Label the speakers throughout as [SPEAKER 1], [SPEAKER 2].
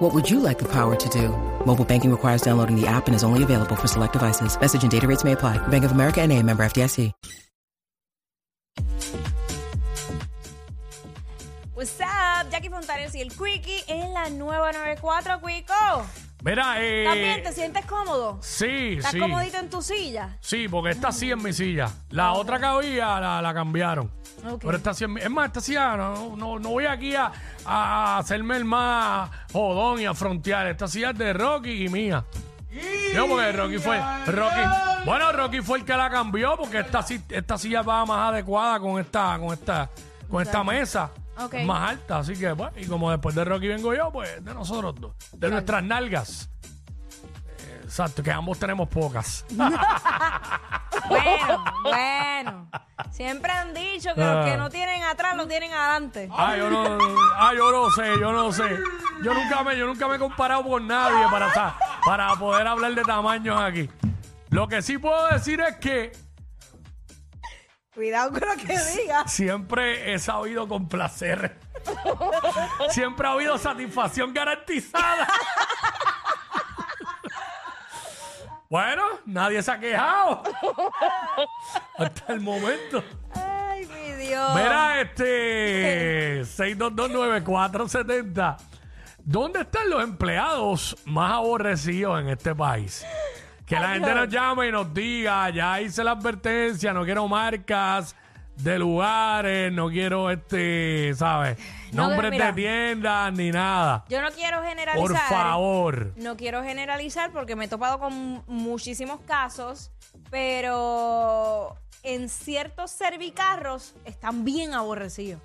[SPEAKER 1] What would you like the power to do? Mobile banking requires downloading the app and is only available for select devices. Message and data rates may apply. Bank of America and a member FDIC.
[SPEAKER 2] What's up, Jackie Fontanes y el Quickie en la nueva 94, Quico.
[SPEAKER 3] Mira, eh,
[SPEAKER 2] ¿También te sientes cómodo?
[SPEAKER 3] Sí,
[SPEAKER 2] ¿Estás
[SPEAKER 3] sí.
[SPEAKER 2] comodito en tu silla?
[SPEAKER 3] Sí, porque esta sí es mi silla. La otra que había la, la cambiaron.
[SPEAKER 2] Ah. Ok.
[SPEAKER 3] Pero esta sí es mi- Es más, esta silla no, no, no voy aquí a, a hacerme el más jodón y a frontear. Esta silla es de Rocky y mía. Yo, porque Rocky fue. Rocky. Bueno, Rocky fue el que la cambió porque esta, si- esta silla va más adecuada con esta, con esta, con esta mesa.
[SPEAKER 2] Ok.
[SPEAKER 3] Es Más alta, así que pues, y como después de Rocky vengo yo, pues de nosotros dos, de nuestras nalgas. Eh, Exacto, que ambos tenemos pocas.
[SPEAKER 2] Bueno, bueno. Siempre han dicho que los que no tienen atrás lo tienen adelante.
[SPEAKER 3] Ah, yo no, ah, yo no sé, yo no sé. Yo nunca me, yo nunca me he comparado con nadie para, sa- para poder hablar de tamaños aquí. Lo que sí puedo decir es que
[SPEAKER 2] Cuidado con lo que digas.
[SPEAKER 3] siempre he sabido complacer. siempre ha habido satisfacción garantizada. bueno, nadie se ha quejado. Hasta el momento.
[SPEAKER 2] Ay, mi Dios.
[SPEAKER 3] Mira, este 6229470. ¿Dónde están los empleados más aborrecidos en este país? Que la gente nos llame y nos diga, ya hice la advertencia, no quiero marcas de lugares, no quiero este, ¿sabes?
[SPEAKER 2] No,
[SPEAKER 3] Nombres
[SPEAKER 2] mira.
[SPEAKER 3] de tiendas ni nada.
[SPEAKER 2] Yo no quiero generalizar.
[SPEAKER 3] Por favor.
[SPEAKER 2] No quiero generalizar porque me he topado con muchísimos casos, pero en ciertos servicarros están bien aborrecidos.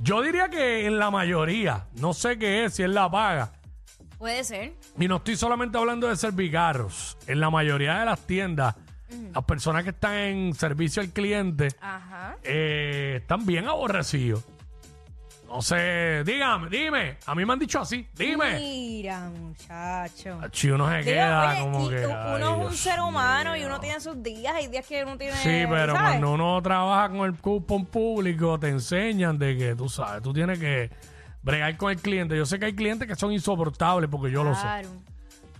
[SPEAKER 3] Yo diría que en la mayoría, no sé qué es, si es la paga.
[SPEAKER 2] Puede ser.
[SPEAKER 3] Y no estoy solamente hablando de servicarros. En la mayoría de las tiendas, las personas que están en servicio al cliente
[SPEAKER 2] Ajá.
[SPEAKER 3] eh, están bien aborrecidos. No sé, dígame, dime. A mí me han dicho así, dime.
[SPEAKER 2] Mira, muchacho.
[SPEAKER 3] Achi, uno se
[SPEAKER 2] Digo,
[SPEAKER 3] queda
[SPEAKER 2] oye,
[SPEAKER 3] como
[SPEAKER 2] y
[SPEAKER 3] que.
[SPEAKER 2] u-
[SPEAKER 3] ay,
[SPEAKER 2] uno es un
[SPEAKER 3] Dios.
[SPEAKER 2] ser humano y uno tiene sus días, hay días que uno tiene.
[SPEAKER 3] Sí, pero
[SPEAKER 2] ¿sabes?
[SPEAKER 3] cuando uno trabaja con el cupón público, te enseñan de que tú sabes, tú tienes que bregar con el cliente. Yo sé que hay clientes que son insoportables porque yo lo sé.
[SPEAKER 2] Claro.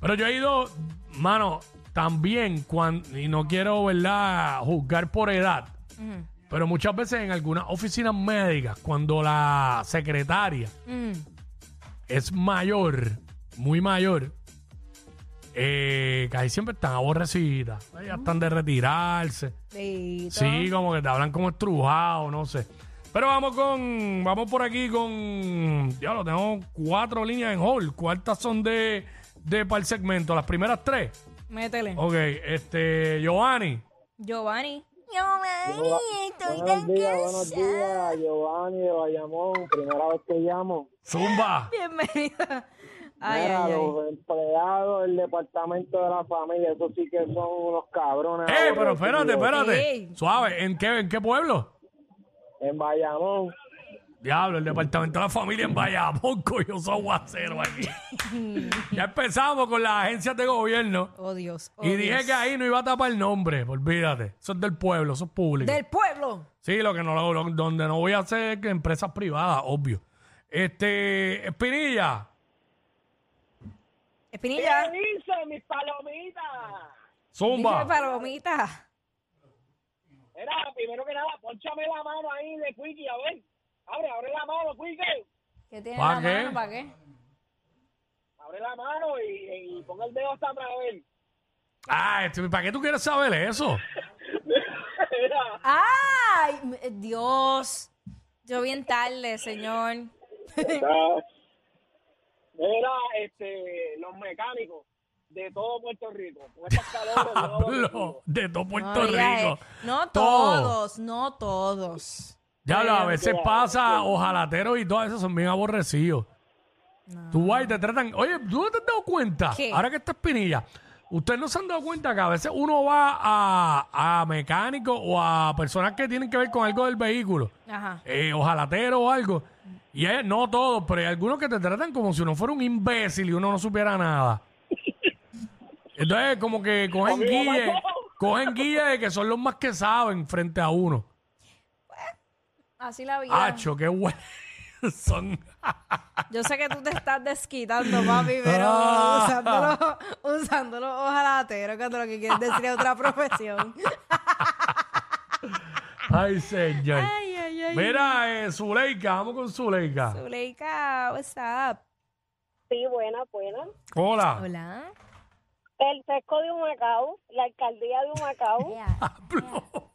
[SPEAKER 3] Pero yo he ido, mano, también, cuando, y no quiero, ¿verdad?, juzgar por edad, pero muchas veces en algunas oficinas médicas, cuando la secretaria
[SPEAKER 2] Mm.
[SPEAKER 3] es mayor, muy mayor, eh, casi siempre están aborrecidas, ya están de retirarse.
[SPEAKER 2] Bendito.
[SPEAKER 3] Sí, como que te hablan como estrujado, no sé. Pero vamos con, vamos por aquí con, diablo, tengo cuatro líneas en hall. ¿Cuántas son de, de para el segmento? Las primeras tres.
[SPEAKER 2] Métele.
[SPEAKER 3] Ok, este, Giovanni.
[SPEAKER 2] Giovanni.
[SPEAKER 4] Hola,
[SPEAKER 2] Giovanni, estoy
[SPEAKER 4] buenos
[SPEAKER 2] tan
[SPEAKER 4] días, buenos
[SPEAKER 2] cansada.
[SPEAKER 4] días, Giovanni de Bayamón, primera vez que llamo.
[SPEAKER 3] Zumba.
[SPEAKER 2] Bienvenida. Ay,
[SPEAKER 4] Mira,
[SPEAKER 2] ay, ay.
[SPEAKER 4] los empleados del departamento de la familia, eso sí que son unos cabrones.
[SPEAKER 3] Eh, pero
[SPEAKER 4] aborrecidos.
[SPEAKER 3] espérate, espérate.
[SPEAKER 2] Ey.
[SPEAKER 3] Suave, ¿en qué, en qué pueblo?
[SPEAKER 4] En Bayamón,
[SPEAKER 3] Diablo, el departamento de la familia en Bayamón, yo soy aguacero aquí. ya empezamos con las agencias de gobierno.
[SPEAKER 2] Oh, Dios. oh,
[SPEAKER 3] Y dije
[SPEAKER 2] Dios.
[SPEAKER 3] que ahí no iba a tapar nombre, olvídate. Eso es del pueblo, eso es público.
[SPEAKER 2] Del pueblo.
[SPEAKER 3] Sí, lo que no lo, lo- donde no voy a hacer es que empresas privadas, obvio. Este, Espinilla,
[SPEAKER 2] Espinilla.
[SPEAKER 5] mis palomitas.
[SPEAKER 3] Zumba.
[SPEAKER 2] Dije palomita.
[SPEAKER 5] Era, primero que nada, ponchame la mano ahí de Quickie, a ver. Abre, abre la mano, Quickie.
[SPEAKER 2] ¿Qué tiene
[SPEAKER 3] ¿Pa'
[SPEAKER 2] la
[SPEAKER 3] qué?
[SPEAKER 2] mano? ¿Para qué?
[SPEAKER 5] Abre la mano y, y ponga el dedo hasta para ver.
[SPEAKER 3] Ah, este, ¿para qué tú quieres saber eso?
[SPEAKER 5] Era,
[SPEAKER 2] ¡Ay! m- eh, Dios. Yo bien tarde, señor.
[SPEAKER 5] era, este, los mecánicos de todo Puerto Rico. Con estas calores, yo no los
[SPEAKER 3] Hablo
[SPEAKER 5] digo.
[SPEAKER 3] de todo
[SPEAKER 2] No
[SPEAKER 3] Puerto
[SPEAKER 2] digas, eh,
[SPEAKER 3] Rico.
[SPEAKER 2] No
[SPEAKER 3] Todo.
[SPEAKER 2] todos, no todos.
[SPEAKER 3] Ya lo, a veces
[SPEAKER 5] Mira,
[SPEAKER 3] pasa, ojalateros y todo eso son bien aborrecidos. Tú vas y te tratan. Oye, ¿tú no te has dado cuenta?
[SPEAKER 2] ¿Qué?
[SPEAKER 3] Ahora que está Espinilla, Ustedes no se han dado cuenta que a veces uno va a, a mecánicos o a personas que tienen que ver con algo del vehículo,
[SPEAKER 2] Ajá.
[SPEAKER 3] eh, o jalateros o algo, y hay- no todos, pero hay algunos que te tratan como si uno fuera un imbécil y uno no supiera nada. Entonces, como que cogen
[SPEAKER 5] Conmigo
[SPEAKER 3] guille,
[SPEAKER 5] pasó.
[SPEAKER 3] cogen guille de que son los más que saben frente a uno.
[SPEAKER 2] Así la vida.
[SPEAKER 3] Hacho, qué bueno. Son.
[SPEAKER 2] Yo sé que tú te estás desquitando, papi, pero
[SPEAKER 3] Ah.
[SPEAKER 2] usándolo, usándolo ojalatero, cuando lo que quieres decir es otra profesión.
[SPEAKER 3] Ay, señor.
[SPEAKER 2] Ay, ay, ay.
[SPEAKER 3] Mira, eh, Zuleika, vamos con Zuleika.
[SPEAKER 2] Zuleika, what's up?
[SPEAKER 6] Sí, buena, buena.
[SPEAKER 3] Hola.
[SPEAKER 2] Hola.
[SPEAKER 6] El fresco de Humacao, la alcaldía de Humacao.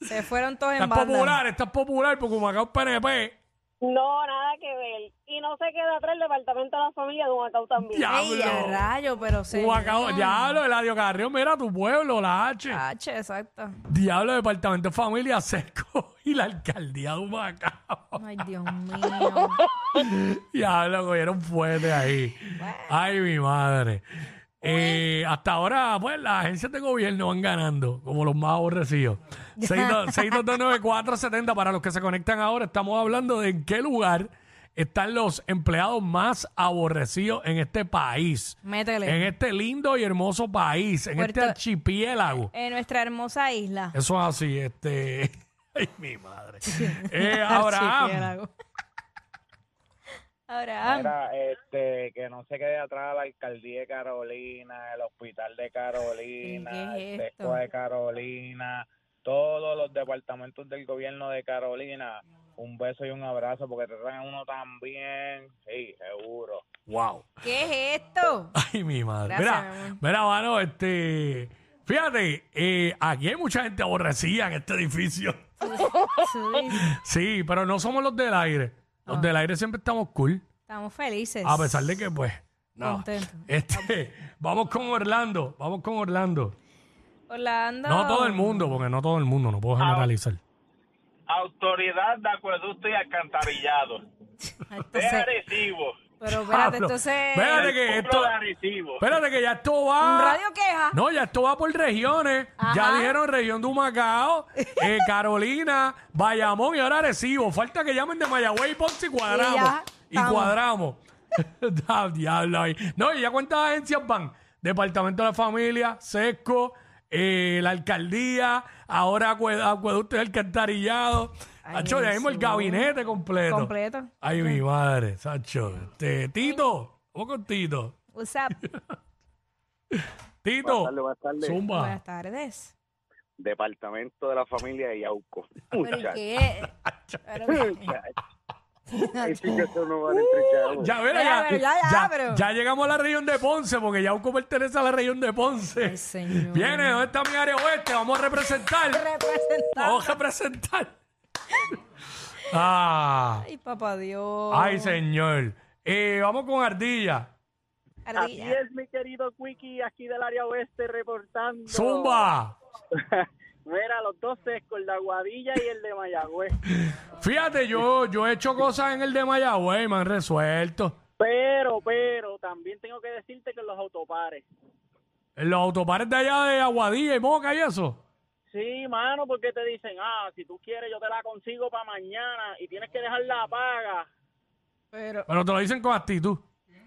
[SPEAKER 2] Se fueron todos en
[SPEAKER 3] Estás
[SPEAKER 2] banda.
[SPEAKER 3] popular, estás popular porque Humacao es PNP.
[SPEAKER 6] No, nada que ver. Y no se queda atrás el departamento de la familia de Humacao también.
[SPEAKER 2] Ey, qué
[SPEAKER 3] Diablo.
[SPEAKER 2] rayo, pero se.
[SPEAKER 3] Humacao, diablo, Eladio Carrión, mira tu pueblo, la H.
[SPEAKER 2] H, exacto.
[SPEAKER 3] Diablo, departamento de familia seco y la alcaldía de Humacao.
[SPEAKER 2] Ay, Dios mío.
[SPEAKER 3] Diablo, cogieron fuerte ahí. Ay, mi madre. Eh, hasta ahora, pues, las agencias de gobierno van ganando, como los más aborrecidos. 6229470, para los que se conectan ahora, estamos hablando de en qué lugar están los empleados más aborrecidos en este país.
[SPEAKER 2] Métele.
[SPEAKER 3] En este lindo y hermoso país, en
[SPEAKER 2] Puerto-
[SPEAKER 3] este archipiélago.
[SPEAKER 2] En nuestra hermosa isla.
[SPEAKER 3] Eso es así, este... Ay, mi madre. Eh, Abraham,
[SPEAKER 2] Archipiélago. Abraham.
[SPEAKER 5] Mira, este, que no se quede atrás la alcaldía de Carolina, el hospital de Carolina,
[SPEAKER 2] ¿Qué es
[SPEAKER 5] el
[SPEAKER 2] esto?
[SPEAKER 5] Tesco de Carolina, todos los departamentos del gobierno de Carolina. Un beso y un abrazo porque te traen uno también. Sí, seguro.
[SPEAKER 3] wow.
[SPEAKER 2] ¿Qué es esto?
[SPEAKER 3] Ay, mi madre.
[SPEAKER 2] Gracias, mi
[SPEAKER 3] mira,
[SPEAKER 2] amor.
[SPEAKER 3] mira, mano, este. Fíjate, eh, aquí hay mucha gente aborrecida en este edificio. Sí, pero no somos los del aire. Los del aire siempre estamos cool.
[SPEAKER 2] Estamos felices.
[SPEAKER 3] A pesar de que, pues. No.
[SPEAKER 2] Contento.
[SPEAKER 3] Este, vamos con Orlando. Vamos con Orlando.
[SPEAKER 2] Orlando.
[SPEAKER 3] No todo el mundo, porque no todo el mundo, no puedo generalizar.
[SPEAKER 2] Ah,
[SPEAKER 5] Autoridad de acueducto y alcantarillado.
[SPEAKER 2] Entonces,
[SPEAKER 5] Arecibo.
[SPEAKER 2] pero espérate,
[SPEAKER 3] Pablo,
[SPEAKER 2] entonces.
[SPEAKER 3] espérate que esto.
[SPEAKER 5] Arecibo.
[SPEAKER 3] Espérate que ya esto
[SPEAKER 2] ¿Un
[SPEAKER 3] va.
[SPEAKER 2] radio queja?
[SPEAKER 3] No, ya esto va por regiones. Ya
[SPEAKER 2] Ajá.
[SPEAKER 3] dijeron región de Humacao, eh, Carolina, Bayamón y ahora Arecibo. Falta que llamen de Mayagüez y Ponce y
[SPEAKER 2] Y
[SPEAKER 3] cuadramos.
[SPEAKER 2] ya,
[SPEAKER 3] Y,
[SPEAKER 2] estamos.
[SPEAKER 3] cuadramos. Da, diablo ahí. No, y ya cuántas agencias van. Departamento de la Familia, Sesco, eh, la Alcaldía, ahora acue- Acueducto y Alcantarillado. Sacho, ya mismo el gabinete completo.
[SPEAKER 2] Completo.
[SPEAKER 3] Ay, mi madre, Sacho. Este, Tito, vamos con Tito.
[SPEAKER 2] What's up?
[SPEAKER 3] Tito,
[SPEAKER 7] tardes, buenas tardes.
[SPEAKER 3] Zumba.
[SPEAKER 2] Buenas tardes.
[SPEAKER 7] Departamento de la Familia de Yauco.
[SPEAKER 2] ¿Pero
[SPEAKER 7] Muchachos.
[SPEAKER 2] qué? Pero-
[SPEAKER 7] Ahí sí que eso no
[SPEAKER 2] Uh.
[SPEAKER 7] vale tres chavos.
[SPEAKER 3] Ya,
[SPEAKER 2] Ya,
[SPEAKER 3] mira, ya,
[SPEAKER 2] pero ya, ya,
[SPEAKER 3] ya-
[SPEAKER 2] pero-
[SPEAKER 3] ya llegamos a la región de Ponce, porque Yauco pertenece a la región de Ponce.
[SPEAKER 2] Ay, señor.
[SPEAKER 3] Viene, ¿dónde está mi área oeste? Vamos a representar.
[SPEAKER 2] Representante.
[SPEAKER 3] Vamos a representar. ah,
[SPEAKER 2] Ay, papá Dios.
[SPEAKER 3] ay, señor. Eh, vamos con Ardilla.
[SPEAKER 2] Ardilla.
[SPEAKER 7] es, mi querido Quickie, aquí del área oeste reportando.
[SPEAKER 3] Zumba.
[SPEAKER 7] Mira, los dos sescos, el de Aguadilla y el de Mayagüez.
[SPEAKER 3] Fíjate, yo, yo he hecho cosas en el de Mayagüey, me han resuelto.
[SPEAKER 7] Pero, pero, también tengo que decirte que los autopares.
[SPEAKER 3] En los autopares de allá de Aguadilla y Moca y eso.
[SPEAKER 7] Sí, mano, porque te dicen, ah, si tú quieres yo te la consigo para mañana y tienes que dejar la paga
[SPEAKER 2] Pero,
[SPEAKER 3] Pero te lo dicen con actitud.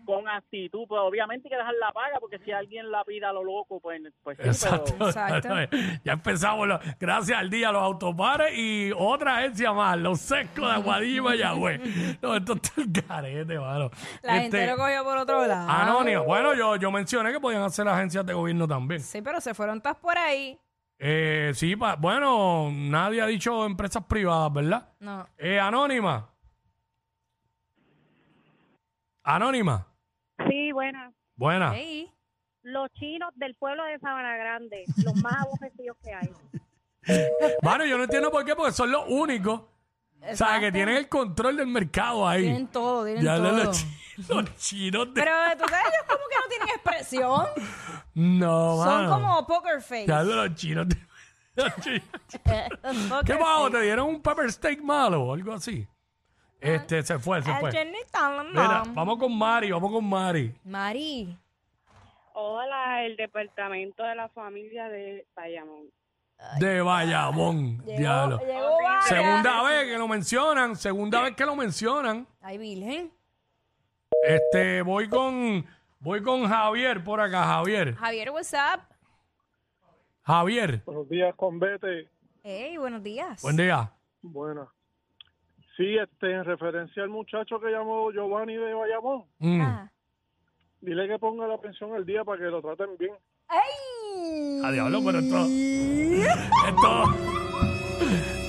[SPEAKER 7] con actitud, pues obviamente hay que dejar la paga porque si alguien la pida a lo loco, pues, pues sí,
[SPEAKER 3] Exacto.
[SPEAKER 7] pero...
[SPEAKER 2] Exacto.
[SPEAKER 3] ya empezamos. lo- gracias al día, los autopares y otra agencia más, los secos de Aguadilla y Mayagüez. No, esto está el carete, mano.
[SPEAKER 2] la gente
[SPEAKER 3] Este,
[SPEAKER 2] lo cogió por otro lado.
[SPEAKER 3] Anónimo. Bueno, yo, yo mencioné que podían hacer agencias de gobierno también.
[SPEAKER 2] Sí, pero se fueron todas por ahí.
[SPEAKER 3] Eh, sí, pa- bueno, nadie ha dicho empresas privadas, ¿verdad?
[SPEAKER 2] No.
[SPEAKER 3] Eh, anónima. Anónima.
[SPEAKER 6] Sí, buena.
[SPEAKER 3] Buena.
[SPEAKER 2] Ey.
[SPEAKER 6] Los chinos del pueblo de Sabana Grande, los más aborrecidos que hay.
[SPEAKER 3] Bueno, yo no entiendo por qué, porque son los únicos. O sea, que
[SPEAKER 2] Exacto.
[SPEAKER 3] tienen el control del mercado ahí.
[SPEAKER 2] Tienen todo, tienen
[SPEAKER 3] Ya
[SPEAKER 2] todo.
[SPEAKER 3] hablan los, chi- los chinos de...
[SPEAKER 2] Pero tú sabes, ellos como que no tienen expresión.
[SPEAKER 3] no,
[SPEAKER 2] Son
[SPEAKER 3] mano.
[SPEAKER 2] como poker face.
[SPEAKER 3] Ya hablan los chinos de... los chinos. ¿Qué
[SPEAKER 2] ¿Qué
[SPEAKER 3] pasó? ¿Te dieron un pepper steak malo o algo así?
[SPEAKER 2] Ah.
[SPEAKER 3] Este, se fue, se fue. Mira, vamos con Mari, vamos con Mari.
[SPEAKER 2] Mari.
[SPEAKER 6] Hola, el departamento de la familia de Bayamón.
[SPEAKER 3] De Bayamón. Diablo.
[SPEAKER 2] llegó varias.
[SPEAKER 3] Segunda vez que lo mencionan, segunda vez que lo mencionan.
[SPEAKER 2] Ay, Virgen.
[SPEAKER 3] Este, voy con, voy con Javier por acá, Javier.
[SPEAKER 2] Javier, what's up?
[SPEAKER 3] Javier,
[SPEAKER 8] Buenos días, Convete.
[SPEAKER 2] Hey, buenos días.
[SPEAKER 3] buen día.
[SPEAKER 8] Buenas. Sí, este, en referencia al muchacho que llamó Giovanni de Bayamón,
[SPEAKER 3] Mm.
[SPEAKER 2] Ah.
[SPEAKER 8] dile que ponga la pensión al día para que lo traten bien.
[SPEAKER 2] ¡Ay!
[SPEAKER 3] A diablo, pero esto. Esto.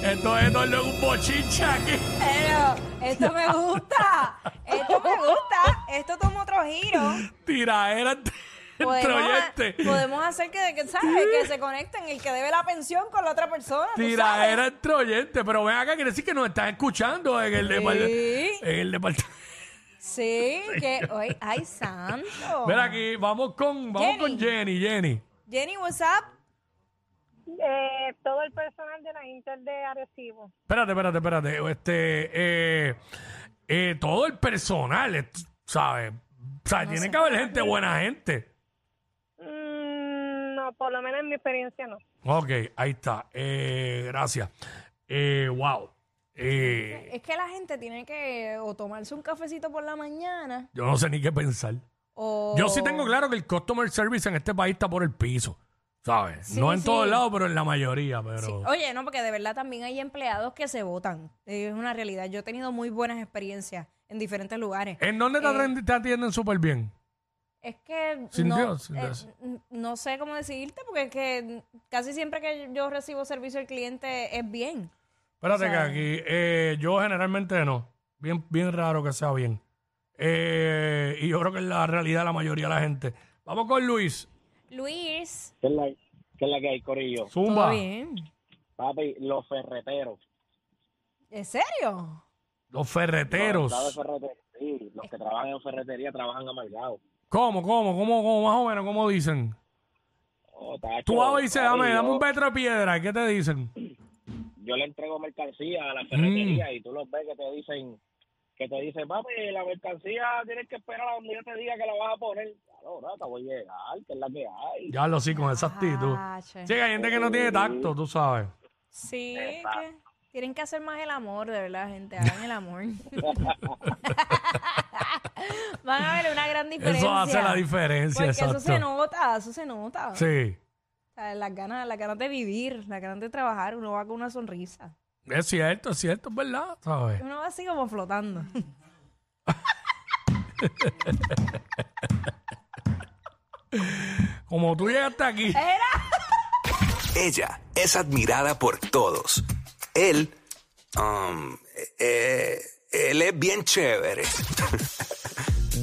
[SPEAKER 3] Esto es esto es un bochinche aquí.
[SPEAKER 2] Pero esto me gusta. Esto me gusta. Esto toma otro giro.
[SPEAKER 3] Tiraera
[SPEAKER 2] Podemos, ha-
[SPEAKER 3] entre oyentes.
[SPEAKER 2] podemos hacer que, que, ¿sabes? que se conecten el que debe la pensión con la otra persona. ¿tú sabes?
[SPEAKER 3] Tiraera entre oyentes. Pero ven acá, quiere decir que nos están escuchando en el
[SPEAKER 2] Sí.
[SPEAKER 3] departamento. En el departamento.
[SPEAKER 2] Sí, que hoy. ¡Ay, santo!
[SPEAKER 3] Mira aquí, vamos con, vamos
[SPEAKER 2] Jenny.
[SPEAKER 3] con Jenny, Jenny.
[SPEAKER 2] Jenny, what's up?
[SPEAKER 6] Eh, todo el personal de la Inter de Arecibo.
[SPEAKER 3] Espérate, espérate, espérate. Este, eh, eh, todo el personal, eh, ¿sabes? O sea, tiene que haber gente, buena gente.
[SPEAKER 6] Mm, no, por lo menos en mi experiencia no.
[SPEAKER 3] Ok, ahí está. Eh, gracias. Eh, wow. Eh,
[SPEAKER 2] Es que la gente tiene que o tomarse un cafecito por la mañana
[SPEAKER 3] yo no sé ni qué pensar.
[SPEAKER 2] o...
[SPEAKER 3] Yo sí tengo claro que el customer service en este país está por el piso, ¿sabes? no en
[SPEAKER 2] sí.
[SPEAKER 3] todos lados, pero en la mayoría. Pero
[SPEAKER 2] Sí, Oye, no, porque de verdad también hay empleados que se votan. Es una realidad. Yo he tenido muy buenas experiencias en diferentes lugares.
[SPEAKER 3] ¿En dónde te, atrendi- te atienden súper bien?
[SPEAKER 2] Es que
[SPEAKER 3] Sin
[SPEAKER 2] no, eh,
[SPEAKER 3] Dios, sin Dios.
[SPEAKER 2] n- no sé cómo decirte, porque es que casi siempre que yo recibo servicio al cliente es bien.
[SPEAKER 3] Espérate
[SPEAKER 2] o sea-
[SPEAKER 3] que aquí, eh, yo generalmente no. Bien, bien raro que sea bien. Eh, y yo creo que es la realidad de la mayoría de la gente. Vamos con Luis.
[SPEAKER 2] Luis,
[SPEAKER 5] ¿Qué es la, qué es la que hay, Corillo?
[SPEAKER 3] Zumba.
[SPEAKER 2] ¿todo bien?
[SPEAKER 5] Papi, los ferreteros.
[SPEAKER 2] ¿En serio?
[SPEAKER 3] Los ferreteros.
[SPEAKER 7] pues.
[SPEAKER 5] Los ferreteros, sí, los que trabajan en ferretería trabajan amargados.
[SPEAKER 3] ¿Cómo, cómo, cómo, cómo, más o menos, cómo dicen?
[SPEAKER 5] Oh, tacho,
[SPEAKER 3] Tú vas y dices, dame,
[SPEAKER 5] papi,
[SPEAKER 3] dame un
[SPEAKER 5] yo-
[SPEAKER 3] metro de piedra. ¿Qué te dicen?
[SPEAKER 5] yo le entrego mercancía
[SPEAKER 3] Mm.
[SPEAKER 5] a la ferretería y tú los ves que te dicen que te dicen papi la mercancía tienes que esperar a donde yo te diga que la vas a poner claro rata voy a llegar que es la que hay
[SPEAKER 3] Ya lo sí, con esa actitud.
[SPEAKER 2] Ah, che.
[SPEAKER 3] Sí, que hay gente que no tiene tacto, tú sabes.
[SPEAKER 2] Sí, es que tienen que hacer más el amor, de verdad, gente. Hagan el amor. Van a ver una gran diferencia.
[SPEAKER 3] Eso hace la diferencia,
[SPEAKER 2] Porque
[SPEAKER 3] exacto.
[SPEAKER 2] eso se nota, eso se nota.
[SPEAKER 3] Sí,
[SPEAKER 2] O sea, las ganas, las ganas de vivir, las ganas de trabajar, uno va con una sonrisa.
[SPEAKER 3] es cierto, es cierto, es verdad, ¿sabes?
[SPEAKER 2] Uno va así como flotando.
[SPEAKER 3] Como tú llegaste aquí.
[SPEAKER 9] Ella es admirada por todos. Él, um, eh, él es bien chévere.